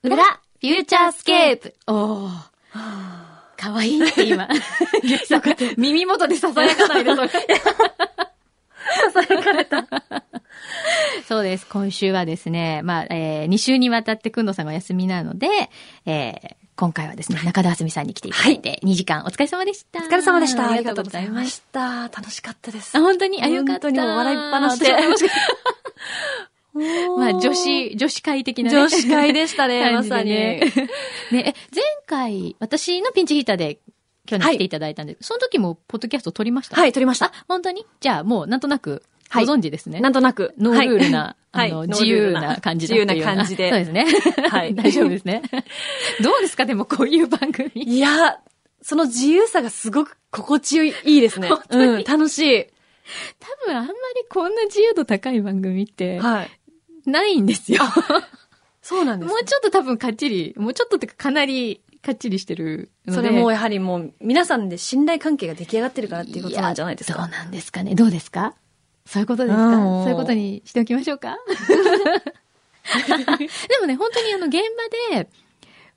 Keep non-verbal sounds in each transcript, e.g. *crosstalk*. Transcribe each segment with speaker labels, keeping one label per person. Speaker 1: フューチャースケープ。おー。かわいいって *laughs* 今。耳元でささやかない *laughs* で、それ。
Speaker 2: 刺された。
Speaker 1: そうです。今週はですね、まあ、えー、2週にわたってくんのさんがお休みなので、えー、今回はですね、中田あすみさんに来ていただいて、2時間お疲れ様でした。お
Speaker 2: お疲れ様でした。
Speaker 1: ありがとうございまし
Speaker 2: した。楽しかったです
Speaker 1: た。あ、。本当にあ、よかった。
Speaker 2: 本当にもう笑いっぱなしで
Speaker 1: *laughs* 私も楽しかっ
Speaker 2: お
Speaker 1: た
Speaker 2: ー
Speaker 1: まあ、女。子、女子会的なね
Speaker 2: 女子会でした
Speaker 1: *laughs*
Speaker 2: ね、ま
Speaker 1: 感じ
Speaker 2: さ *laughs*
Speaker 1: で
Speaker 2: に。
Speaker 1: ねね、え前回、私のピンチヒーターで去年来ていただいたんで、その時もポッドキャスト撮りました
Speaker 2: はい、撮りました
Speaker 1: あ。、本当にじゃあもうなんとなくご
Speaker 2: はい
Speaker 1: 存知ですね。
Speaker 2: なんとなく。
Speaker 1: ノールールな、
Speaker 2: はい
Speaker 1: あの、
Speaker 2: はい
Speaker 1: 自由な感じだっていうよ
Speaker 2: 自由な
Speaker 1: う
Speaker 2: 感じで
Speaker 1: そうですね。
Speaker 2: はい
Speaker 1: *laughs* 大丈夫で
Speaker 2: *laughs*
Speaker 1: すね。どうですかでもこういう番組。
Speaker 2: いや、その自由さがすごく心地いいですね
Speaker 1: 本。当に
Speaker 2: うん、楽しい。
Speaker 1: 多分あんまりこんな自由度高い番組って
Speaker 2: はい。
Speaker 1: ないんですよ。
Speaker 2: そうなんです
Speaker 1: も
Speaker 2: ね。
Speaker 1: うちょっと多分かっちり、もうちょっとってかかなりかっちりしてるので。
Speaker 2: それもやはりもう皆さんで信頼関係が出来上がってるからっていうことなんじゃないです
Speaker 1: やど
Speaker 2: か
Speaker 1: う。なんですかね。どうですかそういうことですか
Speaker 2: うん
Speaker 1: そういうことにしておきましょ
Speaker 2: *laughs*
Speaker 1: うかでもね、本当にあの現場で、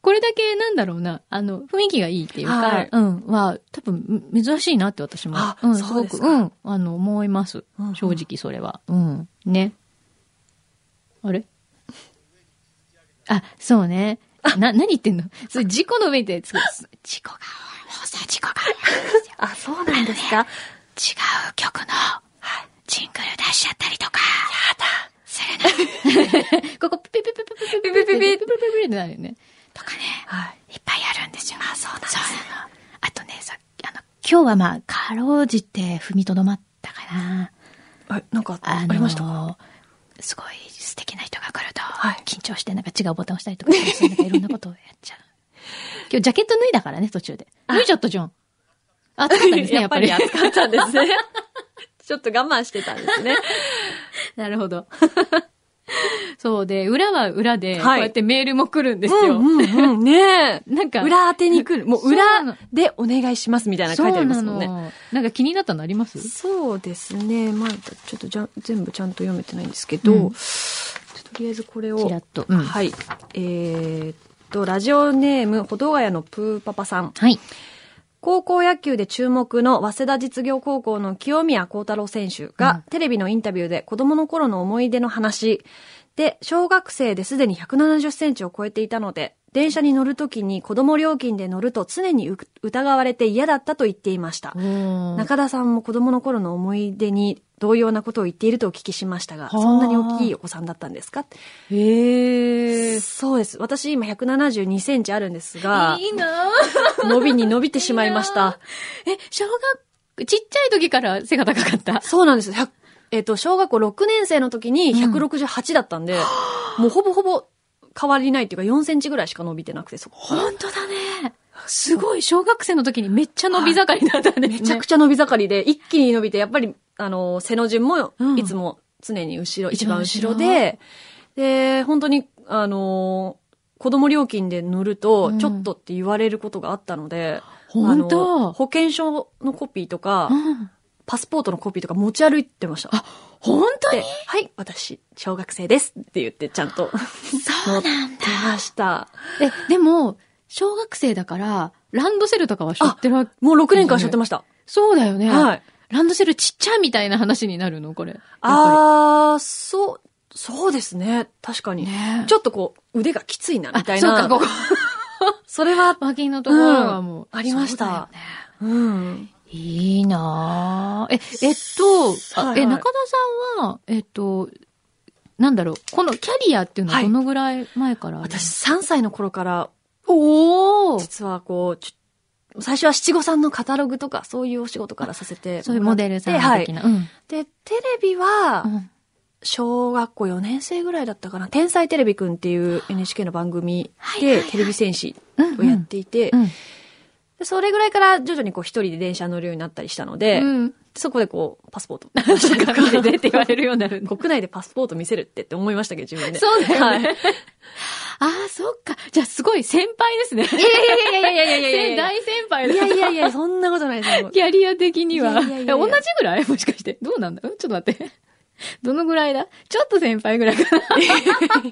Speaker 1: これだけなんだろうな、あの、雰囲気がいいっていうか、
Speaker 2: はい
Speaker 1: うん、は、多分、ん珍しいなって私も、
Speaker 2: あ
Speaker 1: ん、
Speaker 2: そうですか
Speaker 1: ごく、うん、あの、思います
Speaker 2: うんう。ん
Speaker 1: 正直それは。うん、ね。あれあ、そう
Speaker 2: *laughs*
Speaker 1: ね。な、何言ってんのそれ事故の上で、つ事故が、もうさ、事故が多いんですよ。
Speaker 2: あ、そうなんですか。
Speaker 1: 違う曲のジングル出しちゃったりとか。するな。ここピピピピピピピピピピピピピピピってなるよね。とかね、
Speaker 2: はい。
Speaker 1: いっぱいあるんですよ。あ、そうなんですなの。あとね、さ、あの、今日はまあ、かろうじて踏みとどまったかな。
Speaker 2: あなんかあ
Speaker 1: あ
Speaker 2: りました
Speaker 1: の、すごい素敵な人が来ると
Speaker 2: はい、
Speaker 1: 緊張してなんか違うボタン押したりとかして、なんかいろんなことをやっちゃう。今日ジャケット脱いだからね、途中で。脱いちゃったじゃん。あ、暑かったですね、やっぱり。
Speaker 2: やっぱり暑かったんですね。ちょっと我慢してたんですね。
Speaker 1: なるほど。 *laughs* そうで、裏は裏で、こ
Speaker 2: はいう
Speaker 1: やってメールも来るんです
Speaker 2: う
Speaker 1: よ。
Speaker 2: んうんうん。 *laughs* ねえ。
Speaker 1: なんか、
Speaker 2: 裏当てに来る。もう
Speaker 1: そうなの
Speaker 2: 裏でお願いしますみたいな書いてありますもん
Speaker 1: そう
Speaker 2: ね。
Speaker 1: なのなんか気になったのあります
Speaker 2: そうですね。まあ、ちょっとじゃ全部ちゃんと読めてないんですけど、
Speaker 1: う
Speaker 2: ち
Speaker 1: ん
Speaker 2: ょっととりあえずこれ
Speaker 1: ちら
Speaker 2: を
Speaker 1: っ。と。うん
Speaker 2: はい。えーっと、ラジオネーム、ほどがやのプーパパさん。
Speaker 1: はい。
Speaker 2: 高校野球で注目の早稲田実業高校の清宮幸太郎選手が、テレビのインタビューで子供の頃の思い出の話で、小学生ですでに170センチを超えていたので、電車に乗るときに子供料金で乗ると常にう疑われて嫌だったと言っていました。
Speaker 1: なん
Speaker 2: 中
Speaker 1: か、
Speaker 2: 田さんも子供の頃の思い出に同様なことを言っているとお聞きしましたが、
Speaker 1: はあ
Speaker 2: そんなに大きいお子さんだったんですか
Speaker 1: へえ。
Speaker 2: そうです。私今172センチあるんですが、
Speaker 1: いいなぁ
Speaker 2: 伸びに伸びてしまいまし
Speaker 1: いいな
Speaker 2: た。
Speaker 1: え、小学、ちっちゃい時から背が高かった。
Speaker 2: そうなんです。100えっ、と、小学校6年生の時に168だったんで、もうほぼほぼ変わりないっていうか4センチぐらいしか伸びてなくて、そこ。
Speaker 1: 本当だね。すごい、小学生の時にめっちゃ伸び盛りだったんですね。
Speaker 2: めちゃくちゃ伸び盛りで、一気に伸びて、やっぱり、あの、背の順も
Speaker 1: うん
Speaker 2: いつも常に後ろ、
Speaker 1: 一
Speaker 2: 一
Speaker 1: 番
Speaker 2: 番
Speaker 1: 後ろ
Speaker 2: 後ろで、で、本当に、あの、子供料金で乗る
Speaker 1: う
Speaker 2: と、
Speaker 1: ん
Speaker 2: ちょっとって言われることがあったので、
Speaker 1: 本当
Speaker 2: あの保険証のコピーとか、
Speaker 1: うん
Speaker 2: パスポートのコピーとか持ち歩いてました。
Speaker 1: 本当
Speaker 2: で
Speaker 1: に
Speaker 2: はい、私、小学生ですって言って、ちゃんと
Speaker 1: そ
Speaker 2: 乗
Speaker 1: う
Speaker 2: って
Speaker 1: なんだ。
Speaker 2: ました。
Speaker 1: え、でも、小学生だから、ランドセルとかはしょってるわ
Speaker 2: もう6年間しょってました。
Speaker 1: そうだよね。
Speaker 2: はい。
Speaker 1: ランドセルちっちゃいみたいな話になるのこれ。やっぱ
Speaker 2: あー、そう、そうですね。確か
Speaker 1: り
Speaker 2: に。
Speaker 1: ね。
Speaker 2: ち
Speaker 1: ょ
Speaker 2: ょ
Speaker 1: っ
Speaker 2: っとこう、腕がきついな、みたい
Speaker 1: そうか、
Speaker 2: な。
Speaker 1: ここ。
Speaker 2: それは、
Speaker 1: 脇のところはもう。
Speaker 2: うんありました
Speaker 1: そうだよね
Speaker 2: うん。
Speaker 1: いいなぁえ、えっと、あ
Speaker 2: はいはい
Speaker 1: え、中田さんは、えっと、なんだろう、このキャリアっていうのは
Speaker 2: はい
Speaker 1: どのぐらい前からあるの、
Speaker 2: 私、3歳の頃から、
Speaker 1: おー
Speaker 2: 実はこう、ちょ最初は七五三のカタログとか、そういうお仕事からさせてもらって。
Speaker 1: そういうモデルさん
Speaker 2: はい
Speaker 1: 的。な。うん
Speaker 2: で、テレビは、小学校4年生ぐらいだったかな。天才テレビくんっていう NHK の番組
Speaker 1: はいはい
Speaker 2: で
Speaker 1: はい
Speaker 2: テレビ戦士
Speaker 1: うん。
Speaker 2: をやっていて
Speaker 1: う、ん。
Speaker 2: でそれぐらいから徐々にこう一人で電車乗るようになったりしたので、
Speaker 1: うん。
Speaker 2: そこでこうパスポート。
Speaker 1: 見ててって言われるように
Speaker 2: *laughs*
Speaker 1: なるんだ
Speaker 2: 国内でパスポート見せるってって思いましたけど、自分で。
Speaker 1: そうだよね。
Speaker 2: は
Speaker 1: *laughs* ああ、そっか。じゃあ、すごい先輩ですね。
Speaker 2: いやいやいやいやいやいやいやいや
Speaker 1: 大先輩だ
Speaker 2: いやいやいや、そんなこと *laughs* ないですよ。
Speaker 1: キャリア的には。
Speaker 2: いやいやいや
Speaker 1: 同じぐらいもしかして。どうなんだうんちょっと待って。どの *laughs* ぐらいだちょっと先輩ぐらいかな。そっ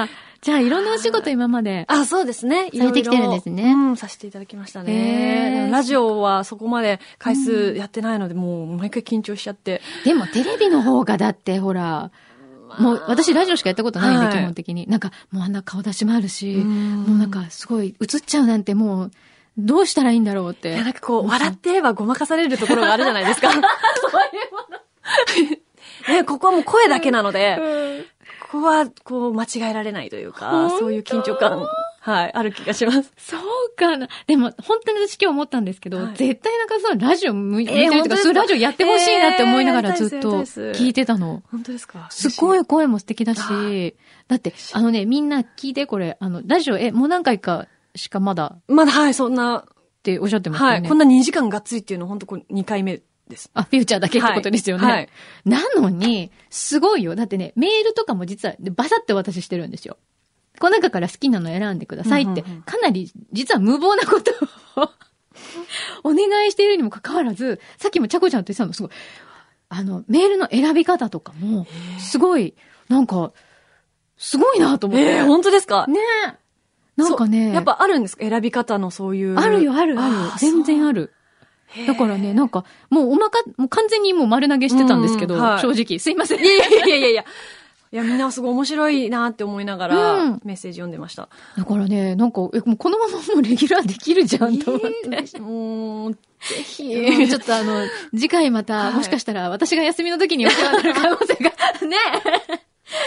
Speaker 1: か。じゃあ、いろんなお仕事今まで。
Speaker 2: あ、そうですね。
Speaker 1: されてきてる
Speaker 2: *laughs*
Speaker 1: んですね
Speaker 2: いろいろうん、させていただきました
Speaker 1: へー
Speaker 2: ね。でもラジオはそこまで回数やってないので、もう毎回緊張しちゃって。
Speaker 1: でも、テレビの方がだって、ほら、もう、私ラジオしかやったことないんで、
Speaker 2: はい
Speaker 1: 基本的に。なんか、もうあんな顔出しもあるし、
Speaker 2: うん
Speaker 1: もうなんか、すごい、映っちゃうなんてもう、どうしたらいいんだろうっ
Speaker 2: い
Speaker 1: て
Speaker 2: や、。なんかこう、笑ってればごまかされるところがあるじゃないです *laughs* か。そういうも *laughs* の。ね、ここはもう声だけなの *laughs* で、ここはこう間違えられないという
Speaker 1: 本
Speaker 2: か、
Speaker 1: 当
Speaker 2: そういう緊張感、はい、ある気がし
Speaker 1: *laughs*
Speaker 2: ます。
Speaker 1: そうかな。でも、本当に私今日思ったんですけど、
Speaker 2: はい
Speaker 1: 絶対中澤さん、ラジオ向い向いて
Speaker 2: えー
Speaker 1: ると
Speaker 2: 本当
Speaker 1: か、
Speaker 2: ですか
Speaker 1: そういうラジオやってほしいなって思いながら
Speaker 2: えーやりたい
Speaker 1: ず
Speaker 2: です
Speaker 1: っと聞いてたの。
Speaker 2: 本当ですか
Speaker 1: すご
Speaker 2: い。
Speaker 1: い声も素敵だ
Speaker 2: あ
Speaker 1: し、だって、あのね、みんな聞いてこれ、あの、ラジオ、え、もう何回かしかまだっ
Speaker 2: まだはい、そんな、
Speaker 1: ておっしゃってました
Speaker 2: は
Speaker 1: よ
Speaker 2: い、
Speaker 1: ね。
Speaker 2: こんな2時間がっつりっていうのは本当こう2回目です。
Speaker 1: あ、フューチャーだけってことですよね。
Speaker 2: はいはい
Speaker 1: なのに、すごいよ。だってね、メールとかも実は、でバサってお渡ししてるんですよ。この中から好きなの選んでくださいって、
Speaker 2: うんうんうん
Speaker 1: かなり、実は無謀なことを、 *laughs* お願いしているにもかかわらず、さっきもちゃこちゃんと言ってたの、すごい、あの、メールの選び方とかも、すごい、なんか、すごいなと思って。
Speaker 2: えー、本当ですか
Speaker 1: ねえ。なんかね、
Speaker 2: そうやっぱあるんですか選び方のそういう。
Speaker 1: あるよ、ある、ある。全然
Speaker 2: る。
Speaker 1: ある。
Speaker 2: へー
Speaker 1: だからね、なんか、もうおまか、もう完全にもう丸投げしてたんですけど、
Speaker 2: うんはい
Speaker 1: 正直。すいません。
Speaker 2: いやいやいやいやいや。いや、みんなすごい面白いなって思いながら、
Speaker 1: うん
Speaker 2: メッセージ読んでました。
Speaker 1: だからね、なんか、えもうこのままもうレギュラーできるじゃんと思って。
Speaker 2: えーもう、ぜひ。
Speaker 1: うんちょっとあの、次回また、
Speaker 2: はい
Speaker 1: もしかしたら私が休みの時にお世話になる可能
Speaker 2: *laughs*
Speaker 1: 性が、ねえ。ね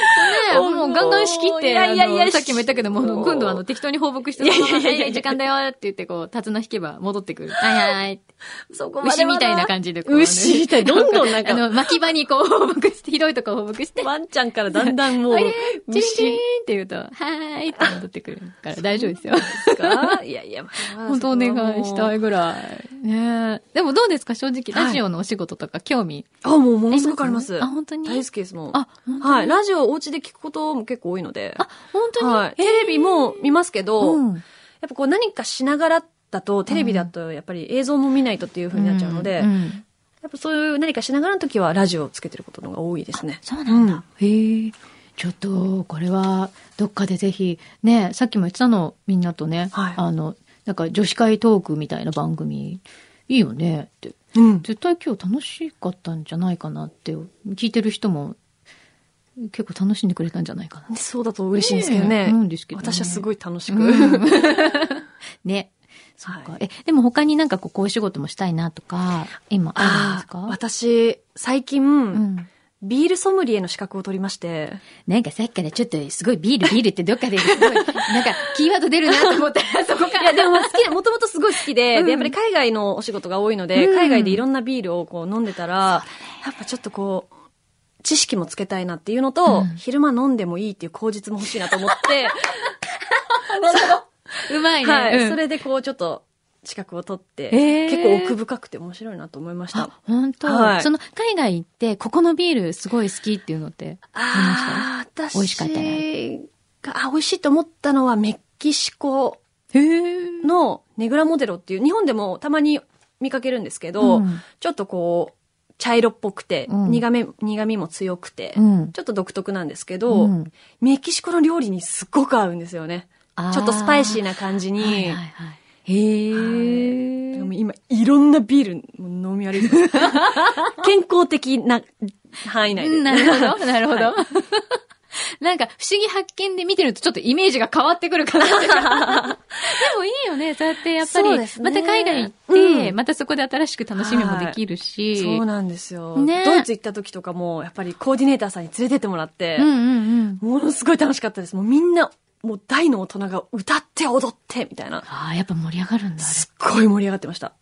Speaker 1: え、もうガンガン仕切って、
Speaker 2: いやいやいや
Speaker 1: あのさっきも言ったけども、
Speaker 2: もう
Speaker 1: 今度はあの適当に放牧して
Speaker 2: いやいやいやいや
Speaker 1: はいはい時間だよって言って、こう、手綱引けば戻ってくる。はいはいって。
Speaker 2: そこまで
Speaker 1: 牛みたいな感じでこう、
Speaker 2: 牛みたいどんどんなんか
Speaker 1: あの、巻き場にこう放牧して、ひどいとこ放牧して、
Speaker 2: ワンちゃんからだんだん *laughs* もう
Speaker 1: あれ、チリチリーン
Speaker 2: 牛
Speaker 1: って言うと、はーいって戻ってくるから大丈夫ですよ。 *laughs*
Speaker 2: かいやいや、
Speaker 1: 本当お願いした
Speaker 2: い。
Speaker 1: いぐらい。ねえでもどうですか正直、
Speaker 2: はい
Speaker 1: ラジオのお仕事とか興味。
Speaker 2: あ、もうものすごくあります。
Speaker 1: あ、本当に
Speaker 2: 大好きですもん。
Speaker 1: あ、本当に
Speaker 2: はい。ラジオをお家で聞くことも結構多いので。
Speaker 1: あ、本当に、
Speaker 2: はい。テレビも見ますけど、
Speaker 1: う
Speaker 2: やっ
Speaker 1: ん
Speaker 2: ぱこう何かしながらだと、テレビだとやっぱり映像も見ないとっていう風になっちゃうので、
Speaker 1: ん
Speaker 2: や
Speaker 1: ん
Speaker 2: っぱそういう何かしながらの時はラジオをつけてることの方が多いですね。
Speaker 1: そうなんだ。へえ。ちょっと、これは、どっかでぜひ、ねえさっきも言ってたの、みんなとね、
Speaker 2: はい
Speaker 1: あの、なんか女子会トークみたいな番組、いいよねって。
Speaker 2: うん。
Speaker 1: 絶対今日楽しかったんじゃないかなって聞いてる人も結構楽しんでくれたんじゃないかな。
Speaker 2: そうだと嬉しいんですけどね。
Speaker 1: え思うんですけどね
Speaker 2: 私はすごい楽しく。 *laughs*
Speaker 1: うんね。そっか、
Speaker 2: は
Speaker 1: え、でも他になんかこうこういう仕事もしたいなとか、今あるんですか
Speaker 2: あー私、最近、
Speaker 1: うん。
Speaker 2: ビールソムリエの資格を取りまして。
Speaker 1: なんかさっきからちょっとすごいビールビールってどっかです
Speaker 2: *laughs*
Speaker 1: ごい、なんかキーワード出るなと思ったらそこか
Speaker 2: い
Speaker 1: ら。
Speaker 2: や、でも好きで、もともとすごい好きで、
Speaker 1: うん
Speaker 2: で、やっぱり海外のお仕事が多いので、
Speaker 1: うん
Speaker 2: 海外でいろんなビールをこう飲んでたら、やっぱちょっとこう、知識もつけたいなっていうのと、
Speaker 1: うん
Speaker 2: 昼間飲んでもいいっていう口実も欲しいなと思
Speaker 1: *laughs*
Speaker 2: って、
Speaker 1: うまいね。
Speaker 2: はい、
Speaker 1: うん
Speaker 2: それでこうちょっと資格を取って、
Speaker 1: へー
Speaker 2: 結構奥深くて面白いなと思いました。
Speaker 1: あ、本当、
Speaker 2: はい
Speaker 1: その海外行って、ここのビールすごい好きっていうのってあ
Speaker 2: あー、私
Speaker 1: 美味しかったな
Speaker 2: が、あ、美味しいと思ったのはメキシコ
Speaker 1: りましたへえ。
Speaker 2: のネグラモデロっていう、日本でもたまに見かけるんですけど、
Speaker 1: うん
Speaker 2: ちょっとこう、茶色っぽくて、
Speaker 1: うん
Speaker 2: 苦め、苦味も強くて、
Speaker 1: うん。
Speaker 2: ちょっと独特なんですけど、
Speaker 1: うん
Speaker 2: メキシコの料理にすごく合うんですよね。ちょっとスパイシーな感じ
Speaker 1: ー
Speaker 2: に。
Speaker 1: はいはいはい、へえ、
Speaker 2: でも今、いろんなビールも飲み歩いて
Speaker 1: *laughs*
Speaker 2: ます。健康的な範囲内で。
Speaker 1: なるほど、なるほど。 *laughs* なんか、不思議発見で見てるとちょっとイメージが変わってくるかなって。で
Speaker 2: *laughs*
Speaker 1: もいいよね、そうやってやっぱり、
Speaker 2: そうです
Speaker 1: ま
Speaker 2: ね
Speaker 1: た海外行って、
Speaker 2: うん
Speaker 1: またそこで新しく楽しみもできるし。
Speaker 2: そうなんですよ、
Speaker 1: ね
Speaker 2: ドイツ行った時とかも、やっぱりコーディネーターさんに連れてってもらって、
Speaker 1: うんうんうん。
Speaker 2: ものすごい楽しかったです。もうみんな、もう大の大人が歌って踊って、みたいな。
Speaker 1: ああ、やっぱ盛り上がるんだ、あれ。
Speaker 2: すっごい盛り上がってました。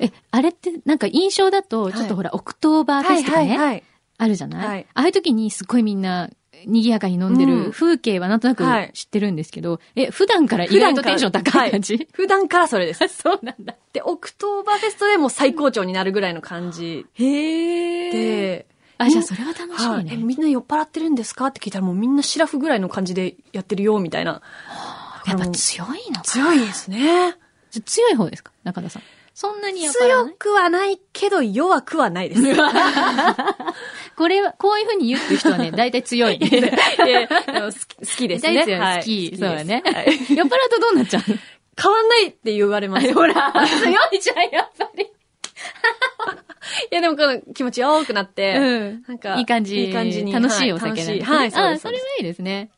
Speaker 1: え、あれって、なんか印象だと、ちょっとほら、オクトーバーフェスとかね、
Speaker 2: い。
Speaker 1: あるじゃない、
Speaker 2: はい
Speaker 1: ああいう時にすっごいみんな、賑やかに飲んで
Speaker 2: う
Speaker 1: る
Speaker 2: ん
Speaker 1: 風景はなんとなく
Speaker 2: はい
Speaker 1: 知ってるんですけど、え、普段から意外とテンション高い感じ、
Speaker 2: 普段からそれです。
Speaker 1: あ *laughs* そうなんだ。
Speaker 2: で、オクトーバーフェストでもう最高潮になるぐらいの感じ
Speaker 1: へえ。
Speaker 2: で、
Speaker 1: あ、じゃあそれは楽し
Speaker 2: はいいえ
Speaker 1: ね。
Speaker 2: みんな酔っ払ってるんですかって聞いたらもうみんなシラフぐらいの感じでやってるよ、みたいな。
Speaker 1: やっぱ強いのか。
Speaker 2: 強いですね。
Speaker 1: じゃ強い方ですか中田さん。そんなにやっぱり。 *laughs*
Speaker 2: 強くはないけど弱くはないです。
Speaker 1: これは、こういうふうに言うっていう人
Speaker 2: *laughs*
Speaker 1: はね、大体強い。
Speaker 2: で好き好きで
Speaker 1: 大
Speaker 2: すね。
Speaker 1: 体強い。
Speaker 2: はい
Speaker 1: 好き。
Speaker 2: です
Speaker 1: そうだね。
Speaker 2: はい
Speaker 1: 酔っ払うとどうなっちゃうの
Speaker 2: 変わんないって言われます。
Speaker 1: *laughs* ほら、強いじゃん、やっぱり。
Speaker 2: いや、でもこの気持ちよくなって、
Speaker 1: うん。
Speaker 2: なんか、
Speaker 1: いい感じ。
Speaker 2: いい感じに。
Speaker 1: 楽しい
Speaker 2: は
Speaker 1: お酒な
Speaker 2: 楽
Speaker 1: んです
Speaker 2: しい
Speaker 1: ね。
Speaker 2: はい、そうで
Speaker 1: あ、
Speaker 2: す。
Speaker 1: それはいいですね。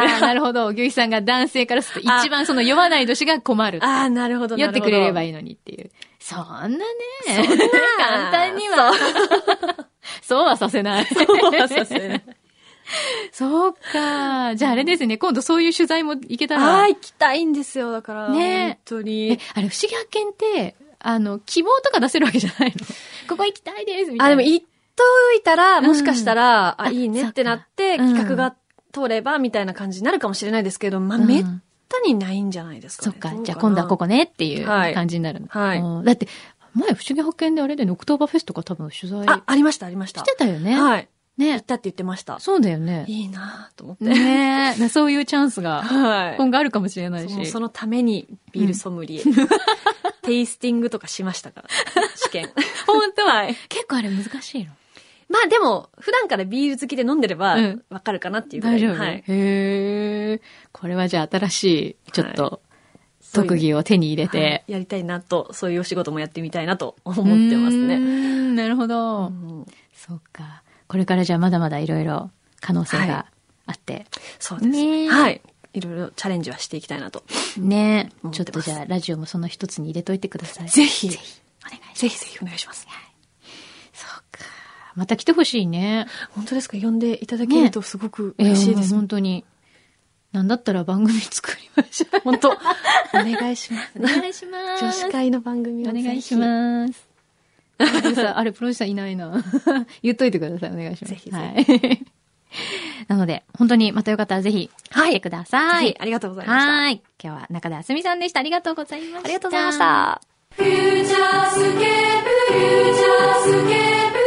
Speaker 2: *laughs*
Speaker 1: あ、なるほど。牛肥さんが男性からすると、一番その酔わない年が困る。
Speaker 2: ああー、なるほど、
Speaker 1: 酔ってくれれば
Speaker 2: いい。
Speaker 1: いいのにっていう。そんなね。 *laughs* 簡単には。そうはさせない。
Speaker 2: そう
Speaker 1: *laughs*
Speaker 2: はさせない。
Speaker 1: そうか。じゃああれですね。今度そういう取材も行けたら。
Speaker 2: ああ、行きたいんですよ、だから。
Speaker 1: ね
Speaker 2: 本当
Speaker 1: え
Speaker 2: に。、
Speaker 1: あれ、不思議発見って、あの、希望とか出せるわけじゃないのここ行きたいです、みた
Speaker 2: あ、
Speaker 1: い
Speaker 2: でも
Speaker 1: な。
Speaker 2: 行っといたら、
Speaker 1: うん
Speaker 2: もしかしたら、
Speaker 1: あ
Speaker 2: あ、いいねってなって、
Speaker 1: そっかうん
Speaker 2: 企画が通れば、みたいな感じになるかもしれないですけど、まあ、
Speaker 1: うん
Speaker 2: めったにないんじゃないですか
Speaker 1: そ
Speaker 2: ね
Speaker 1: っ。か。じゃあ今度はこ
Speaker 2: こ。
Speaker 1: こねっていう
Speaker 2: はい
Speaker 1: 感じになるの。
Speaker 2: はい
Speaker 1: うんだって、前、不思議発見であれで、オクトーバーフェスとか多分取材
Speaker 2: あ、ありました、ありました。
Speaker 1: してたよね。
Speaker 2: はい。行っ
Speaker 1: ね。
Speaker 2: たって言ってました。
Speaker 1: そうだよね。
Speaker 2: いいなぁと思って。
Speaker 1: ねえ。そういうチャンスが、
Speaker 2: はい。
Speaker 1: 今後あるかもしれないし。
Speaker 2: そうそのためにビールソムリエ、 *laughs* テイスティングとかしましたから、試験。
Speaker 1: 本当
Speaker 2: はい
Speaker 1: *laughs* 結構あれ難しいの。
Speaker 2: *laughs* まあでも、普段からビール好きで飲んでれば
Speaker 1: うん、
Speaker 2: わかるかなっていうぐら
Speaker 1: 大
Speaker 2: い、
Speaker 1: 丈夫、
Speaker 2: はい。
Speaker 1: へえ。これはじゃあ新しい、ちょっと、
Speaker 2: そういう
Speaker 1: 特技を手に入れて。
Speaker 2: はいやりたいなと、そういうお仕事もやってみたいなと思ってます
Speaker 1: うー
Speaker 2: ね。
Speaker 1: んなるほ
Speaker 2: う
Speaker 1: ど。
Speaker 2: ん
Speaker 1: そうか。これからじゃあまだまだいろいろ可能性
Speaker 2: は
Speaker 1: があって。
Speaker 2: そうです
Speaker 1: ねえ
Speaker 2: ね。はい。いろいろチャレンジはしていきたいなと。
Speaker 1: ね
Speaker 2: 思っ
Speaker 1: ちょってと
Speaker 2: ます
Speaker 1: じゃあラジオもその一つに入れといてください。
Speaker 2: ぜひ
Speaker 1: ぜひ。お願いします。
Speaker 2: ぜひぜひお願いします。
Speaker 1: そうか。また来てほしいね。
Speaker 2: 本当ですか呼んでいただけるとすごく嬉しいです。
Speaker 1: もう本当に。なんだったら番組作りましょう。
Speaker 2: 本当、お願いします。
Speaker 1: 願いしま
Speaker 2: 女子会の番組
Speaker 1: お
Speaker 2: をぜひ
Speaker 1: 願いします。プロデューサーあれ、プロデューサーいない *laughs* な。言っといてください。お願いしま
Speaker 2: ぜ
Speaker 1: す。
Speaker 2: ひぜ
Speaker 1: はい、 *laughs* なので、本当にまたよかったらぜひ来てくださ
Speaker 2: はいい。。ありがとうございました。
Speaker 1: はい。今日は中田あすみさんでした。ありがとうございました。
Speaker 2: ありがとうございました。
Speaker 3: 「フューチャースケープフューチャースケープ